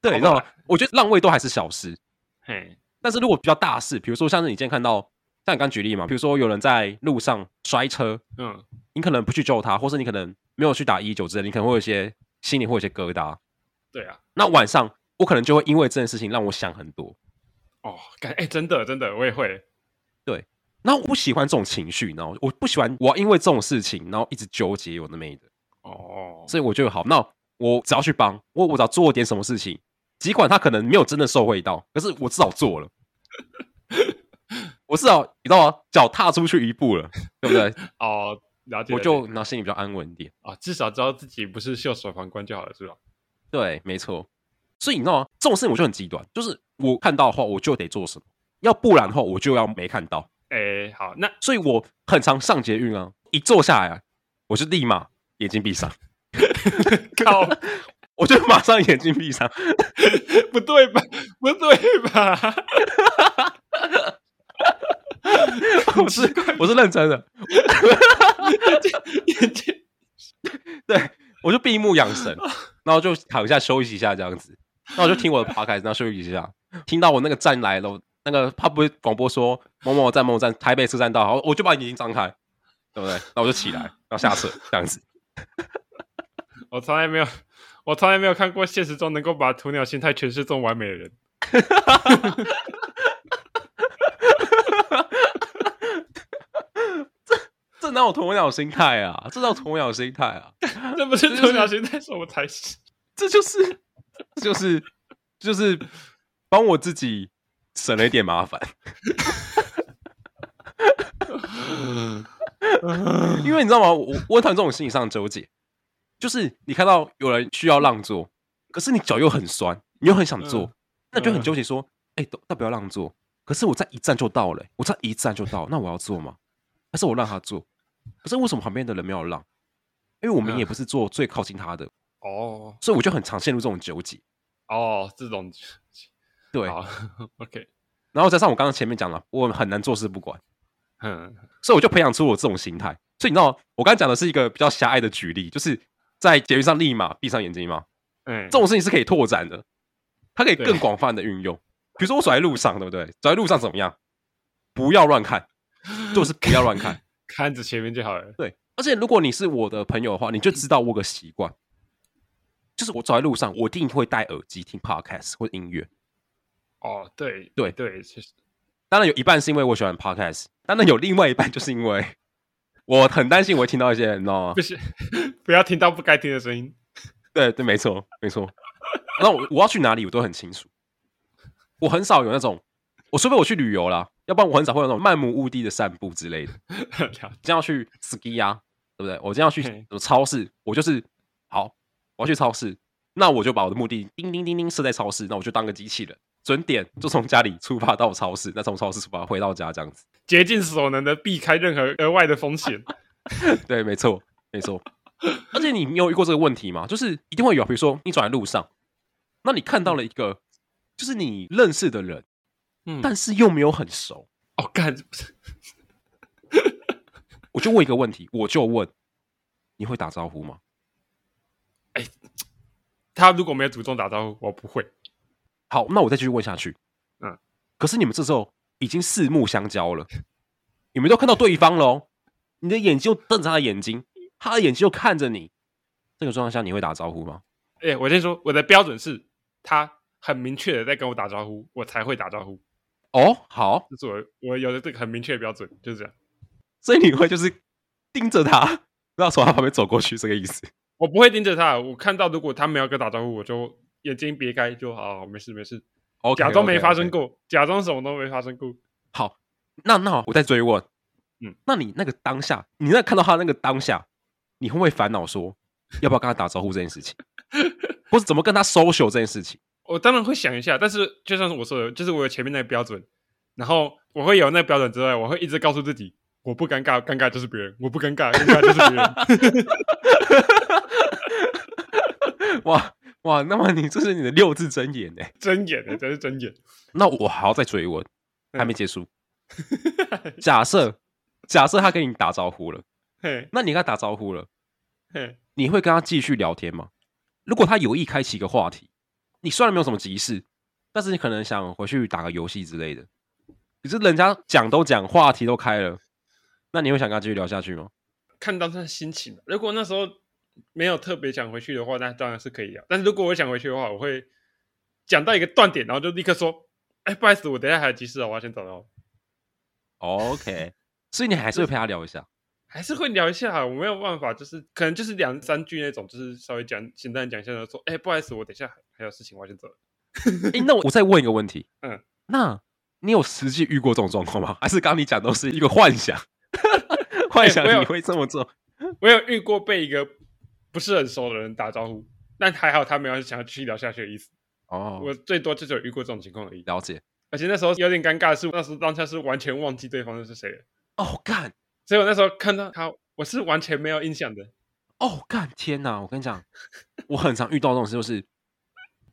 Speaker 1: 对，
Speaker 2: 啊好吧
Speaker 1: 你知道吗？我觉得浪费都还是小事，
Speaker 2: 嘿，
Speaker 1: 但是如果比较大事，比如说像是你今天看到，像你刚举例嘛，比如说有人在路上摔车，
Speaker 2: 嗯，
Speaker 1: 你可能不去救他，或是你可能没有去打一九之类，你可能会有一些心里会有一些疙瘩。
Speaker 2: 对啊，
Speaker 1: 那晚上我可能就会因为这件事情让我想很多。
Speaker 2: 哦，感哎、真的真的，我也会，
Speaker 1: 然后我不喜欢这种情绪，然后我不喜欢我要因为这种事情，然后一直纠结我的妹的，
Speaker 2: 哦，
Speaker 1: 所以我就好，那我只要去帮，我我只要做点什么事情，尽管他可能没有真的受惠到，可是我至少做了，我至少你知道吗？脚踏出去一步了， 对不对？
Speaker 2: 哦，了解，
Speaker 1: 我
Speaker 2: 了
Speaker 1: 就
Speaker 2: 解
Speaker 1: 然后心里比较安稳一点。
Speaker 2: 啊、至少知道自己不是袖手旁观就好了，是吧？
Speaker 1: 对，没错。所以你知道吗？这种事情我就很极端，就是我看到的话，我就得做什么，要不然的话，我就要没看到。
Speaker 2: 哎、好， 那
Speaker 1: 所以我很常上捷运啊，一坐下来啊，我就立马眼睛闭上，
Speaker 2: 靠，
Speaker 1: 我就马上眼睛闭上。
Speaker 2: 不对吧？不对吧？
Speaker 1: 我是我是认真的，
Speaker 2: 眼睛
Speaker 1: 对我就闭目养神，然后就躺下休息一下这样子，然后我就听我的 podcast，然后休息一下，听到我那个站来了，那个他不会广播说某某站某某站台北车站到，好，我就把眼睛张开，对不对？然后我就起来，然后下车这样子。
Speaker 2: 我从来没有，我从来没有看过现实中能够把鸵鸟心态诠释这么完美的人。
Speaker 1: 这哪有鸵鸟心态啊？这叫鸵鸟心态啊？
Speaker 2: 这不是
Speaker 1: 这就是
Speaker 2: 鸵鸟心态，什么才是？
Speaker 1: 这就是，这就是，这就是帮我自己省了一点麻烦，因为你知道吗？我我很讨厌这种心理上的纠结，就是你看到有人需要让座，可是你脚又很酸，你又很想做，
Speaker 2: 嗯
Speaker 1: 那你就很纠结说，哎、都要不要让座？可是我在一站就到了、欸我在一站就到，那我要做吗？还是我让他坐？可是为什么旁边的人没有让？因为我们
Speaker 2: 嗯
Speaker 1: 也不是坐最靠近他的，
Speaker 2: 哦
Speaker 1: 所以我就很常陷入这种纠结。
Speaker 2: 哦，这种
Speaker 1: 对，
Speaker 2: 好 ，OK，
Speaker 1: 然后加上我刚刚前面讲了，我很难坐视不管，
Speaker 2: 嗯，
Speaker 1: 所以我就培养出我这种心态。所以你知道，我刚刚讲的是一个比较狭隘的举例，就是在节目上立马闭上眼睛嘛，
Speaker 2: 哎，
Speaker 1: 这种事情是可以拓展的，它可以
Speaker 2: 对
Speaker 1: 更广泛的运用。比如说我走在路上，对不对？走在路上怎么样？不要乱看，就是不要乱看。
Speaker 2: 看着前面就好了。
Speaker 1: 对，而且如果你是我的朋友的话，你就知道我有个习惯，就是我走在路上，我一定会戴耳机听 podcast 或者音乐。
Speaker 2: 哦，对
Speaker 1: 对
Speaker 2: 对，其实
Speaker 1: 当然有一半是因为我喜欢 podcast，当然有另外一半就是因为我很担心我会听到一些人，你知道吗
Speaker 2: 不？是不要听到不该听的声音。
Speaker 1: 对对，没错没错。那我我要去哪里，我都很清楚。我很少有那种，我除非我去旅游啦，要不然我很少会有那种漫无目的的散步之类的。今
Speaker 2: 了
Speaker 1: 天要去 ski 啊，对不对？我今天要去
Speaker 2: 嘿
Speaker 1: 什么超市，我就是好，我要去超市，那我就把我的目的叮叮叮叮设在超市，那我就当个机器人，准点就从家里出发到超市，那从超市出发回到家这样子。
Speaker 2: 竭尽所能的避开任何额外的 风险。
Speaker 1: 对，没错，没错。而且你没有遇过这个问题吗？就是一定会有，比如说你走在路上，那你看到了一个就是你认识的人，
Speaker 2: 嗯
Speaker 1: 但是又没有很熟，
Speaker 2: 哦，干，
Speaker 1: 我就问一个问题，我就问，你会打招呼吗？
Speaker 2: 他如果没有主动打招呼，我不会。
Speaker 1: 好，那我再继续问下去。
Speaker 2: 嗯，
Speaker 1: 可是你们这时候已经四目相交了，你们都看到对方了哦，你的眼睛又瞪着他的眼睛，他的眼睛又看着你，这个状况下你会打招呼吗？
Speaker 2: 哎、我先说，我的标准是他很明确的在跟我打招呼，我才会打招呼。
Speaker 1: 哦，好，
Speaker 2: 这是我我有的这个很明确的标准，就是这样。
Speaker 1: 所以你会就是盯着他，然后从他旁边走过去，这个意思。
Speaker 2: 我不会盯着他，我看到如果他没有跟我打招呼，我就眼睛别开就好，好没事没事，
Speaker 1: OK，
Speaker 2: 假装没发生
Speaker 1: 过。
Speaker 2: 过假装什么都没发生过。
Speaker 1: 好，那那我再追问，
Speaker 2: 嗯
Speaker 1: 嗯，那你那个当下，你那看到他那个当下，你会不会烦恼说，要不要跟他打招呼这件事情，或是怎么跟他 social 这件事情？
Speaker 2: 我当然会想一下，但是就像是我说的，就是我有前面那个标准，然后我会有那个标准之外，我会一直告诉自己，我不尴尬，尴尬就是别人，我不尴尬，尴尬就是别人。
Speaker 1: 哇哇，那么你这是你的六字真言呢？
Speaker 2: 睁眼的，真是睁眼。
Speaker 1: 那我还要再追问，还
Speaker 2: 嗯
Speaker 1: 没结束。假设假设他跟你打招呼了，
Speaker 2: 嘿
Speaker 1: 那你跟他打招呼了，
Speaker 2: 嘿，
Speaker 1: 你会跟他继续聊天吗？如果他有意开启一个话题，你虽然没有什么急事，但是你可能想回去打个游戏之类的，可是人家讲都讲，话题都开了，那你会想跟他继续聊下去吗？
Speaker 2: 看当下心情。如果那时候没有特别想回去的话，那当然是可以聊。但是如果我想回去的话，我会讲到一个断点，然后就立刻说：“哎，不好意思，我等一下还有急事啊，我要先走了哦。
Speaker 1: OK，所以 你还是会陪他聊一下。”
Speaker 2: 还是会聊一下，我没有办法，就是可能就是两三句那种，就是稍微讲简单地讲一下，然后说：“哎，不好意思，我等一下还还有事情，我要先走了。
Speaker 1: 诶，那我再问一个问题，
Speaker 2: 嗯，
Speaker 1: 那你有实际遇过这种状况吗？还是刚刚你讲都是一个幻想？ 幻想
Speaker 2: 诶哎我有
Speaker 1: 你会这么做？”
Speaker 2: 我有遇过被一个不是很熟的人打招呼，但还好他没有想要继续聊下去的意思。
Speaker 1: 哦，
Speaker 2: 我最多就只有遇过这种情况而已。
Speaker 1: 了解。
Speaker 2: 而且那时候有点尴尬的是，那时候当下是完全忘记对方是谁了，
Speaker 1: 哦，干，
Speaker 2: 所以我那时候看到他，我是完全没有印象的。
Speaker 1: 哦，干，天哪！我跟你讲，我很常遇到这种事，就是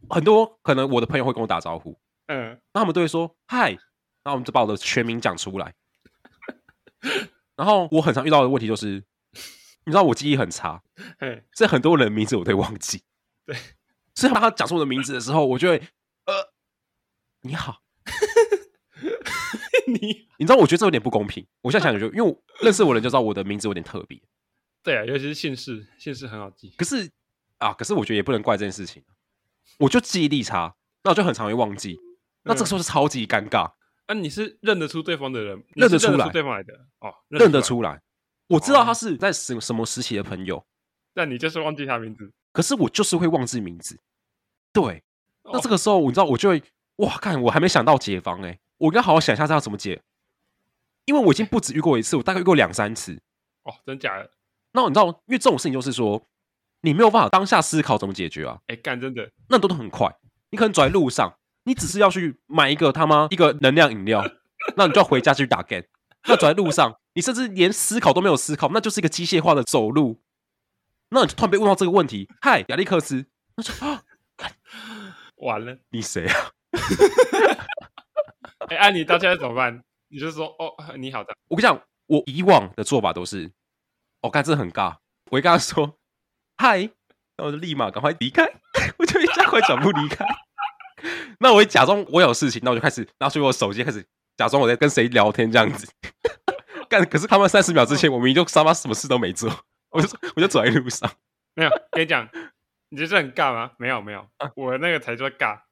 Speaker 1: 很多可能我的朋友会跟我打招呼，
Speaker 2: 嗯，
Speaker 1: 那他们都会说嗨，那我们就把我的全名讲出来。然后我很常遇到的问题就是，你知道我记忆很差，
Speaker 2: 嘿，
Speaker 1: 所以很多人的名字我都会忘记。
Speaker 2: 对，
Speaker 1: 所以当他讲出我的名字的时候，我就会呃，你好，
Speaker 2: 你
Speaker 1: 你知道，我觉得这有点不公平。我现在想想就，因为我认识我的人就知道我的名字有点特别，
Speaker 2: 对啊，尤其是姓氏，姓氏很好记。
Speaker 1: 可是啊，可是我觉得也不能怪这件事情，我就记忆力差，那我就很常会忘记，那这个时候是超级尴尬，
Speaker 2: 啊，你是认得出对方的人，你是
Speaker 1: 认得
Speaker 2: 认
Speaker 1: 出来
Speaker 2: 对方来的哦，
Speaker 1: 认
Speaker 2: 得
Speaker 1: 得，出来。哦我知道他是在什什么时期的朋友，
Speaker 2: 但你就是忘记他名字。
Speaker 1: 可是我就是会忘记名字。对，那
Speaker 2: 哦
Speaker 1: 这个时候你知道，我就会哇，看我还没想到解方哎、我应该好好想一下这要怎么解，因为我已经不止遇过一次，我大概遇过两三次。
Speaker 2: 哦，真假的？
Speaker 1: 那你知道，因为这种事情就是说，你没有办法当下思考怎么解决啊，
Speaker 2: 哎，干真的，
Speaker 1: 那都都很快。你可能走在路上，你只是要去买一个他妈一个能量饮料，那你就要回家去打 game。那走在路上，你甚至连思考都没有思考，那就是一个机械化的走路。那你就突然被问到这个问题，嗨，亚历克斯，那就啊，
Speaker 2: 完了。
Speaker 1: 你谁啊？
Speaker 2: 哎，按、你到现在怎么办？你就说哦，你好的，
Speaker 1: 我跟你讲，我以往的做法都是，我、哦、看真的很尬，我会跟他说嗨，然后我就立马赶快离开， 我就一下快转步离开。那我会假装我有事情，那我就开始拿出我手机，开始假装我在跟谁聊天这样子。干，可是他们三十秒之前，我明明就他妈什么事都没做，我就我就走在路上，
Speaker 2: 没有，跟你讲，你觉得这很尬吗？没有没有，我那个才叫尬。
Speaker 1: 啊哎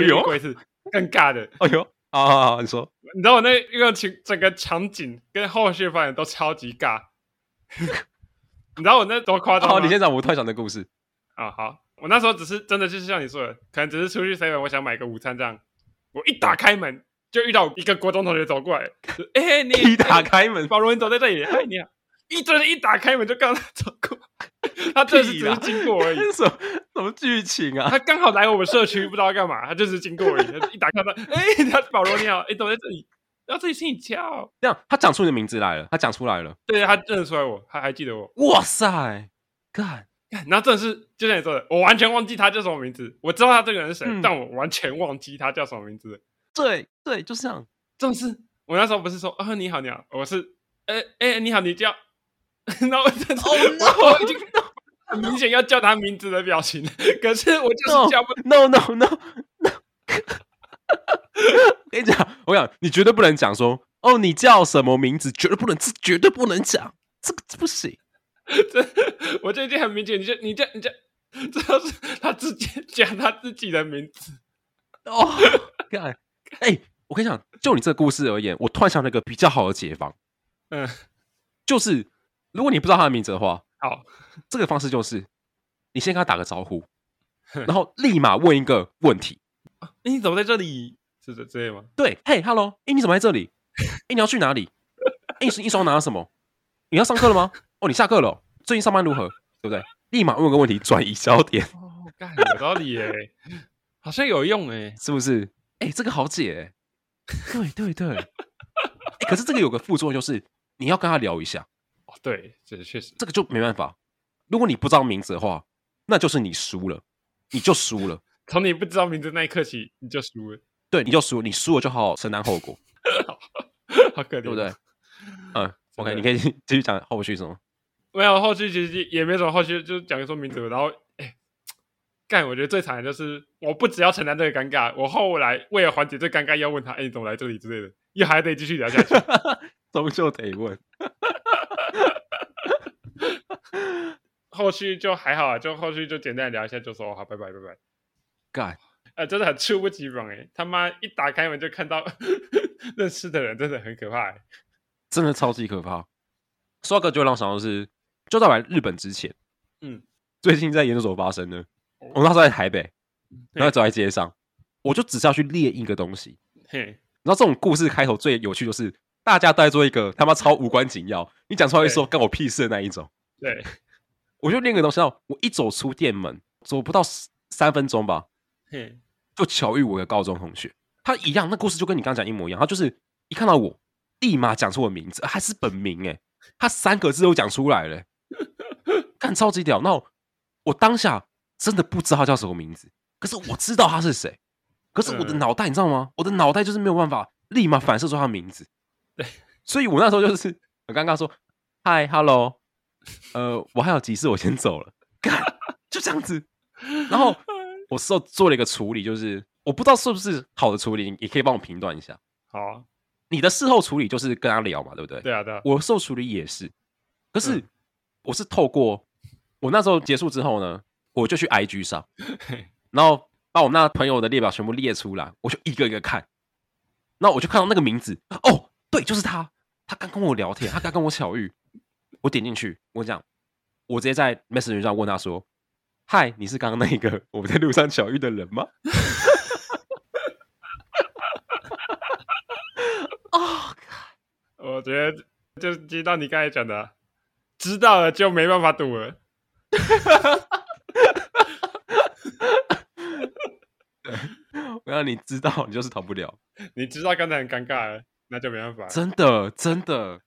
Speaker 1: 呦
Speaker 2: 有遇过一次更尬的，
Speaker 1: 哎呦啊好好，你说
Speaker 2: 你知道我那一个情整个场景跟后续发展都超级尬。 你知道我那多夸张吗？
Speaker 1: 好，哦你先讲，我突然想的故事。
Speaker 2: 啊、好，我那时候只是真的就是像你说的，可能只是出去 seven，我想买个午餐这样。我一打开门就遇到一个国中同学走过来， 就哎、你
Speaker 1: 一打开门，
Speaker 2: 保罗你走在这里，哎你好，一真的一打开门就看到他走过，他真的是
Speaker 1: 屁
Speaker 2: 只
Speaker 1: 啦
Speaker 2: 是经过而已，
Speaker 1: 什么什么剧情 啊？
Speaker 2: 他刚好来我们社区，不知道干嘛，他就是经过而已。他一打开门，哎、 他保罗你好，哎、走在这里，然后这里是你家哦。
Speaker 1: 这样他讲出你的名字来了，他讲出来了，
Speaker 2: 对，他认得出来我，他还记得我。
Speaker 1: 哇塞，干！
Speaker 2: 干然后真的是就像你说的，我完全忘记他叫什么名字，我知道他这个人是谁，
Speaker 1: 嗯
Speaker 2: 但我完全忘记他叫什么名字了。
Speaker 1: 对对，就是这样。
Speaker 2: 真的是，我那时候不是说啊、你好你好，我是呃哎、你好你叫，然后我真的是、
Speaker 1: no！
Speaker 2: 我已经很明显要叫他名字的表情，可是我就
Speaker 1: No
Speaker 2: 是叫不
Speaker 1: No no no no！我跟你讲，我跟你讲，你绝对不能讲说哦，你叫什么名字，绝对不能，这绝对不能讲，这个这不行。
Speaker 2: 这我就已经很明显，你就你就你就，这是他直接讲他自己的名字，
Speaker 1: 哦，干！哎，我跟你讲，就你这个故事而言，我突然想到一个比较好的解方，
Speaker 2: 嗯，
Speaker 1: 就是如果你不知道他的名字的话，
Speaker 2: 好，
Speaker 1: 这个方式就是你先跟他打个招呼，然后立马问一个问题。
Speaker 2: 你怎么在这里？是这这类吗？
Speaker 1: 对，嘿，hello，哎，你怎么在这里？哎，你要去哪里？哎，你你手上拿了什么？你要上课了吗？哦，你下课了哦、最近上班如何？对不对？立马问个问题，转移焦点，
Speaker 2: 哦，干，有道理耶，欸好像有用哎，
Speaker 1: 是不是？哎，这个好解欸。对对对。哎，可是这个有个副作用，就是你要跟他聊一下，
Speaker 2: 哦，对，这确实，
Speaker 1: 这个就没办法。如果你不知道名字的话，那就是你输了，你就输了。
Speaker 2: 从你不知道名字那一刻起，你就输了。
Speaker 1: 对，你就输了，你输了就好好承担后果。
Speaker 2: 好可
Speaker 1: 对
Speaker 2: 怜，
Speaker 1: 不 对？嗯
Speaker 2: 真
Speaker 1: ，OK，
Speaker 2: 的
Speaker 1: 你可以继续讲后续什么。
Speaker 2: 没有后续，其实也没什么后续，就是讲说民主，然后哎，干，我觉得最惨的就是我不只要承担这个尴尬，我后来为了缓解这尴尬，要问他，哎，你怎么来这里之类的，又还得继续聊下去。
Speaker 1: 终究得问。
Speaker 2: 后续就还好啊，就后续就简单地聊一下，就说哦好，拜拜拜拜。
Speaker 1: 干，
Speaker 2: 呃，真的很猝不及防哎、他妈一打开门就看到 认识的人，真的很可怕、欸。
Speaker 1: 真的超级可怕。说到这个就会让我想到的是，就在我来日本之前，
Speaker 2: 嗯，
Speaker 1: 最近在研究所发生的，
Speaker 2: 哦嗯
Speaker 1: 我那时候在台北，
Speaker 2: 对
Speaker 1: 然后走在街上，我就只是要去猎一个东西。
Speaker 2: 嘿，
Speaker 1: 然后这种故事开头最有趣就是，大家都在做一个他妈超无关紧要，你讲出来会说干我屁事的那一种。
Speaker 2: 对，
Speaker 1: 我就练个东西，然后我一走出店门，走不到十三分钟吧，
Speaker 2: 嘿，
Speaker 1: 就巧遇我一个高中同学，他一样，那故事就跟你刚刚讲一模一样，他就是一看到我，立马讲出我名字，还是本名哎、他三个字都讲出来了、欸，干超级屌。那我我当下真的不知道他叫什么名字，可是我知道他是谁，可是我的
Speaker 2: 嗯
Speaker 1: 脑袋你知道吗？我的脑袋就是没有办法立马反射出他的名字，
Speaker 2: 对，
Speaker 1: 所以我那时候就是很尴尬说，嗨，hello，呃，我还有急事，我先走了，干就这样子，然后我事后做了一个处理，就是我不知道是不是好的处理，你也可以帮我评断一下。
Speaker 2: 好啊，
Speaker 1: 你的事后处理就是跟他聊嘛，对不对？
Speaker 2: 对啊，对啊，
Speaker 1: 我事后处理也是，可是
Speaker 2: 嗯
Speaker 1: 我是透过我那时候结束之后呢，我就去 IG 上
Speaker 2: 嘿，
Speaker 1: 然后把我那朋友的列表全部列出来，我就一个一个看，那我就看到那个名字，哦，对，就是他，他刚跟我聊天，他刚跟我巧遇，我点进去，我讲，我直接在 Messenger 上问他说：“嗨，你是刚刚那个我们在路上巧遇的人吗？”哦，
Speaker 2: 我觉得就接到你刚才讲的啊，知道了就没办法赌了。
Speaker 1: 我让你知道，你就是逃不了。
Speaker 2: 你知道刚才很尴尬了，那就没办法了。
Speaker 1: 真的，真的，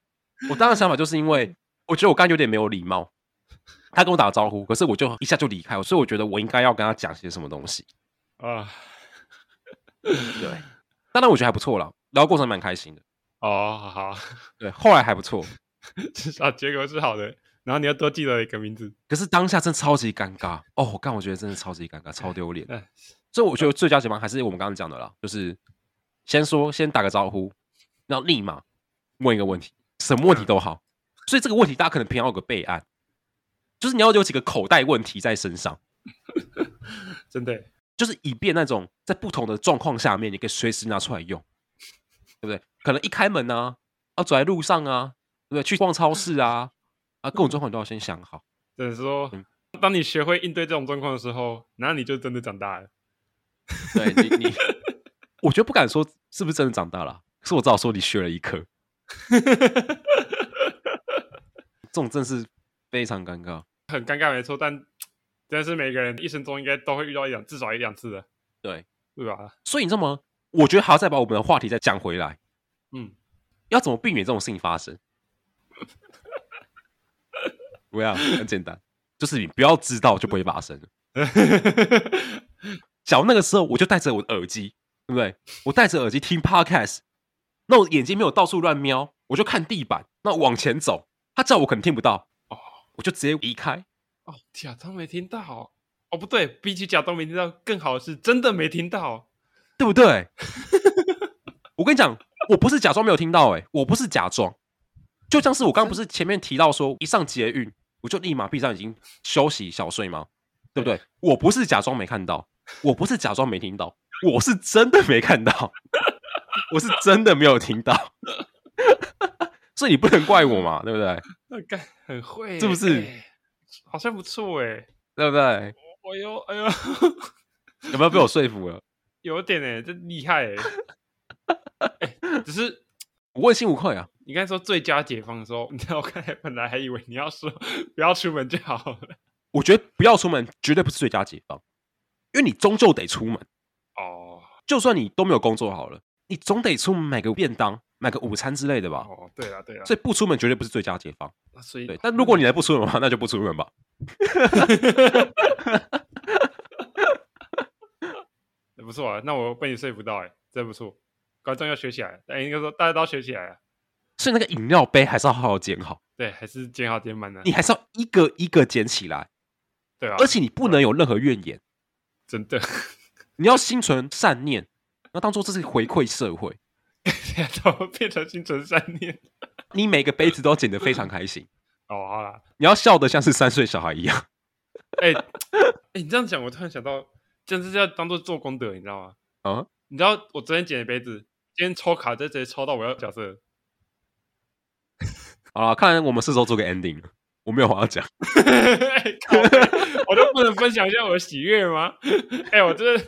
Speaker 1: 我当时想法就是因为我觉得我刚刚有点没有礼貌，他跟我打招呼，可是我就一下就离开，所以我觉得我应该要跟他讲些什么东西。
Speaker 2: 啊，
Speaker 1: 对，当然我觉得还不错啦，聊的过程蛮开心的。
Speaker 2: 哦，好，好
Speaker 1: 对，后来还不错，
Speaker 2: 至少结果是好的。然后你要多记得一个名字，
Speaker 1: 可是当下真的超级尴尬哦，我刚我觉得真的超级尴尬，超丢脸。
Speaker 2: 哎，
Speaker 1: 所以我觉得最佳解方还是我们刚刚讲的啦，就是先说先打个招呼，然后立马问一个问题，什么
Speaker 2: 嗯
Speaker 1: 问题都好。所以这个问题大家可能平常有个备案，就是你要有几个口袋问题在身上，
Speaker 2: 真的
Speaker 1: 就是以便那种在不同的状况下面，你可以随时拿出来用，对不对？可能一开门啊，啊走在路上啊，对不对？去逛超市啊，啊各种状况你都要先想好。
Speaker 2: 只能说
Speaker 1: 嗯，
Speaker 2: 当你学会应对这种状况的时候，那你就真的长大了。
Speaker 1: 对你你， 我觉得不敢说是不是真的长大了，啊可是我只好说你学了一课。这种真是非常尴尬。
Speaker 2: 很尴尬，没错，但但是每个人一生中应该都会遇到一两，至少一两次的，
Speaker 1: 对，
Speaker 2: 对吧？
Speaker 1: 所以你知道吗？我觉得还要再把我们的话题再讲回来，
Speaker 2: 嗯，
Speaker 1: 要怎么避免这种事情发生？不要，很简单，就是你不要知道就不会发生。假如那个时候我就戴着我的耳机，对不对？我戴着耳机听 podcast，那我眼睛没有到处乱瞄，我就看地板，那往前走，他叫我可能听不到，哦，我就直接离开。
Speaker 2: 哦，假装没听到，哦，不对，比起假装没听到，更好的是真的没听到。
Speaker 1: 对不对？ 我跟你讲，我不是假装没有听到、欸，我不是假装，就像是我刚刚不是前面提到说，一上捷运我就立马闭上眼睛休息小睡吗？对不对？我不是假装没看到，我不是假装没听到，我是真的没看到， 我是真的没有听到， 所以你不能怪我嘛，对不对？
Speaker 2: 那干很会欸，
Speaker 1: 是不是
Speaker 2: 哎好像不错哎，
Speaker 1: 对不对？
Speaker 2: 哎呦哎呦，
Speaker 1: 有没有被我说服了？
Speaker 2: 有点哎，这厉害哎。哎只是
Speaker 1: 我问心无愧啊！
Speaker 2: 你刚才说最佳解放的时候，你 知道我刚才本来还以为你要说不要出门就好了。
Speaker 1: 我觉得不要出门绝对不是最佳解放，因为你终究得出门。
Speaker 2: 哦
Speaker 1: 就算你都没有工作好了，你总得出门买个便当、买个午餐之类的吧。
Speaker 2: 哦，对了对了，
Speaker 1: 所以不出门绝对不是最佳解放。
Speaker 2: 所以嗯
Speaker 1: 对，但如果你还不出门的话， 那就不出门吧。
Speaker 2: 欸不错啊，那我被你说服到哎、真不错，观众要学起来，哎，应该说大家都要学起来啊。
Speaker 1: 所以那个饮料杯还是要好好捡好，
Speaker 2: 对，还是捡好捡满的，
Speaker 1: 你还是要一个一个捡起来，
Speaker 2: 对啊，
Speaker 1: 而且你不能有任何怨言，
Speaker 2: 真的，
Speaker 1: 你要心存善念，要当做这是回馈社会。
Speaker 2: 怎么变成心存善念？
Speaker 1: 你每个杯子都捡得非常开 心，
Speaker 2: 哦，好啦，
Speaker 1: 你要笑得像是三岁小孩一样。
Speaker 2: 哎、哎、你这样讲，我突然想到，这样是要当做做功德，你知道吗？
Speaker 1: 啊，
Speaker 2: 你知道我昨天捡的杯子，今天抽卡就直接抽到我要角 色，
Speaker 1: 好了，看来我们是时候做个 ending 了，我没有话要讲。
Speaker 2: 哎靠背我都不能分享一下我的喜悦吗？哎、我真的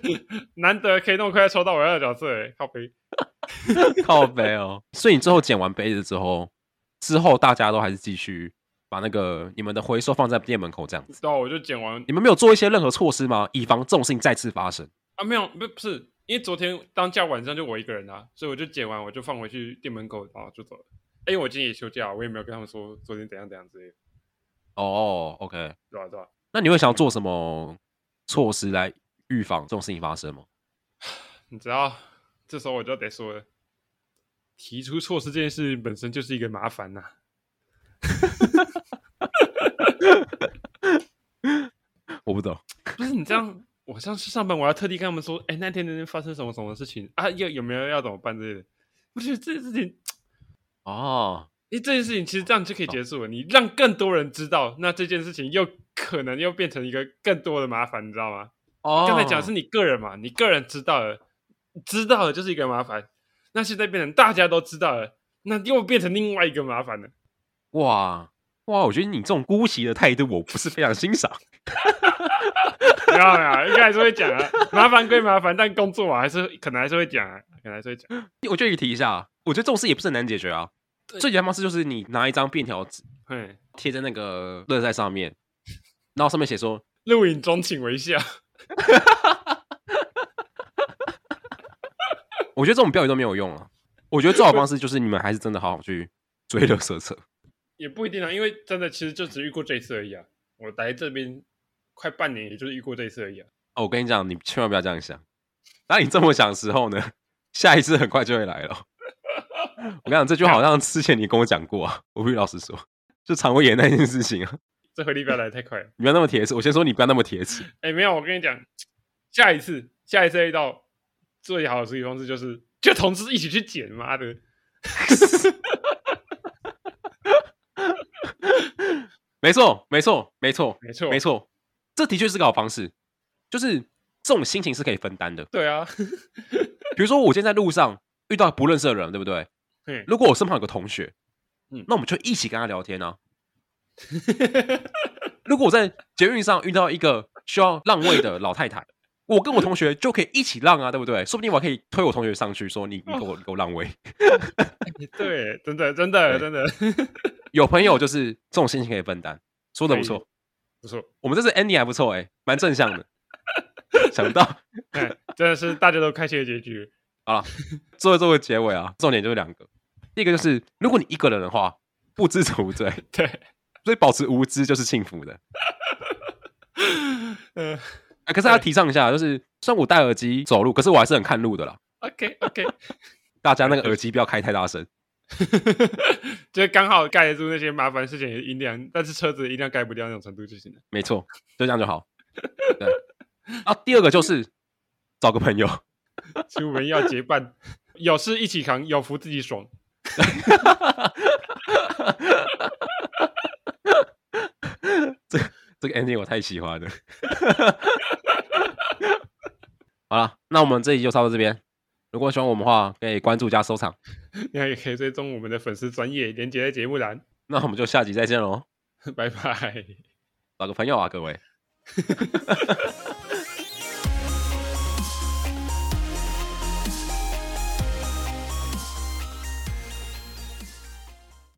Speaker 2: 难得可以那么快抽到我要的角色、哎，靠背。
Speaker 1: 靠背哦。所以你最后捡完杯子之后，之后大家都还是继续把那个你们的回收放在店门口这样子。
Speaker 2: 对啊，我就捡完
Speaker 1: 你们没有做一些任何措施吗？以防这种事情再次发生。
Speaker 2: 啊，没有，不不是，因为昨天当假晚上就我一个人啊，所以我就剪完我就放回去店门口，然后就走了。哎，因为我今天也休假，我也没有跟他们说昨天怎样怎样之类的，
Speaker 1: 哦、o k
Speaker 2: 对吧、对吧、
Speaker 1: 那你会想要做什么措施来预防这种事情发生吗？
Speaker 2: 你知道，这时候我就得说了，提出措施这件事本身就是一个麻烦呐、
Speaker 1: 我不懂。
Speaker 2: 不是你这样，我上次上班我要特地跟他们说，哎，那天那天发生什么什么事情啊？要有没有要怎么办之类的？我觉得这件事情
Speaker 1: 哦、
Speaker 2: 因为这件事情其实这样就可以结束了，你让更多人知道，那这件事情又可能又变成一个更多的麻烦，你知道吗？
Speaker 1: 哦
Speaker 2: 刚才讲的是你个人嘛，你个人知道了，知道了就是一个麻烦，那现在变成大家都知道了，那又变成另外一个麻烦了。
Speaker 1: 哇哇，我觉得你这种姑息的态度，我不是非常欣赏。
Speaker 2: 没有没有，一开始会讲啊，麻烦归麻烦，但工作啊还是可能还是会讲啊，可能还是会讲。
Speaker 1: 我觉得你提一下，我觉得这种事也不是很难解决啊。
Speaker 2: 对
Speaker 1: 最简单方式就是你拿一张便条纸
Speaker 2: 嘿，
Speaker 1: 贴在那个乐在上面，然后上面写说
Speaker 2: 录影中请微笑。
Speaker 1: 我觉得这种标语都没有用啊。我觉得最好的方式就是你们还是真的好好去追乐色车。
Speaker 2: 也不一定啊，因为真的其实就只遇过这一次而已啊。我来这边快半年，也就是遇过这一次而已啊。
Speaker 1: 哦，我跟你讲，你千万不要这样想。当你这么想的时候呢，下一次很快就会来了。我跟你讲，这就好像之前你跟我讲过啊，我必须老实说，就肠胃炎那件事情啊，
Speaker 2: 这回力不要来得太快 了。
Speaker 1: 你不要那么铁齿。我先说你不要那么铁齿，
Speaker 2: 哎，没有，我跟你讲，下一次，下一次遇到最好的处理方式就是就同志一起去捡，妈的，
Speaker 1: 没错，没错，没错，
Speaker 2: 没错，
Speaker 1: 没，错，这的确是个好方式，就是这种心情是可以分担的。
Speaker 2: 对 啊，
Speaker 1: 比如说，我今天在路上遇到不认识的人，对不对？
Speaker 2: 嘿
Speaker 1: 如果我身旁有个同学，
Speaker 2: 嗯
Speaker 1: 那我们就一起跟他聊天 啊。如果我在捷运上遇到一个需要让位的老太太，我跟我同学就可以一起让啊，对不对？说不定我还可以推我同学上去，说你你给我你给我让位。
Speaker 2: 对，真的，真的，
Speaker 1: 对
Speaker 2: 真的，
Speaker 1: 有朋友就是这种心情可以分担，说的不
Speaker 2: 可
Speaker 1: 错。
Speaker 2: 不错，
Speaker 1: 我们这次 ending 还不错哎、蛮正向的。想不到
Speaker 2: 哎，真的是大家都开心的结局。
Speaker 1: 做做个结尾啊，重点就是两个，第一个就是如果你一个人的话，不知者 无罪，
Speaker 2: 对，
Speaker 1: 所以保持无知就是幸福的。
Speaker 2: 嗯
Speaker 1: 啊，可是他
Speaker 2: 对
Speaker 1: 提倡一下，就是虽然我戴耳机走路，可是我还是很看路的啦。
Speaker 2: ，OK，OK，
Speaker 1: 大家那个耳机不要开太大声。
Speaker 2: 就刚好盖得住那些麻烦事情的音量，但是车子的音量盖不掉那种程度就行了。
Speaker 1: 没错，就这样就好。对，啊，第二个就是找个朋友，
Speaker 2: 出门要结伴，有事一起扛，有福自己爽。
Speaker 1: 这个 ending 我太喜欢了。 好了，那我们这集就差不多这边。如果喜欢我们的话，可以关注加收藏。
Speaker 2: 那也可以追踪我们的粉丝专业，连接在节目栏。
Speaker 1: 那我们就下集再见喽，
Speaker 2: 拜拜。
Speaker 1: 找个朋友啊，各位。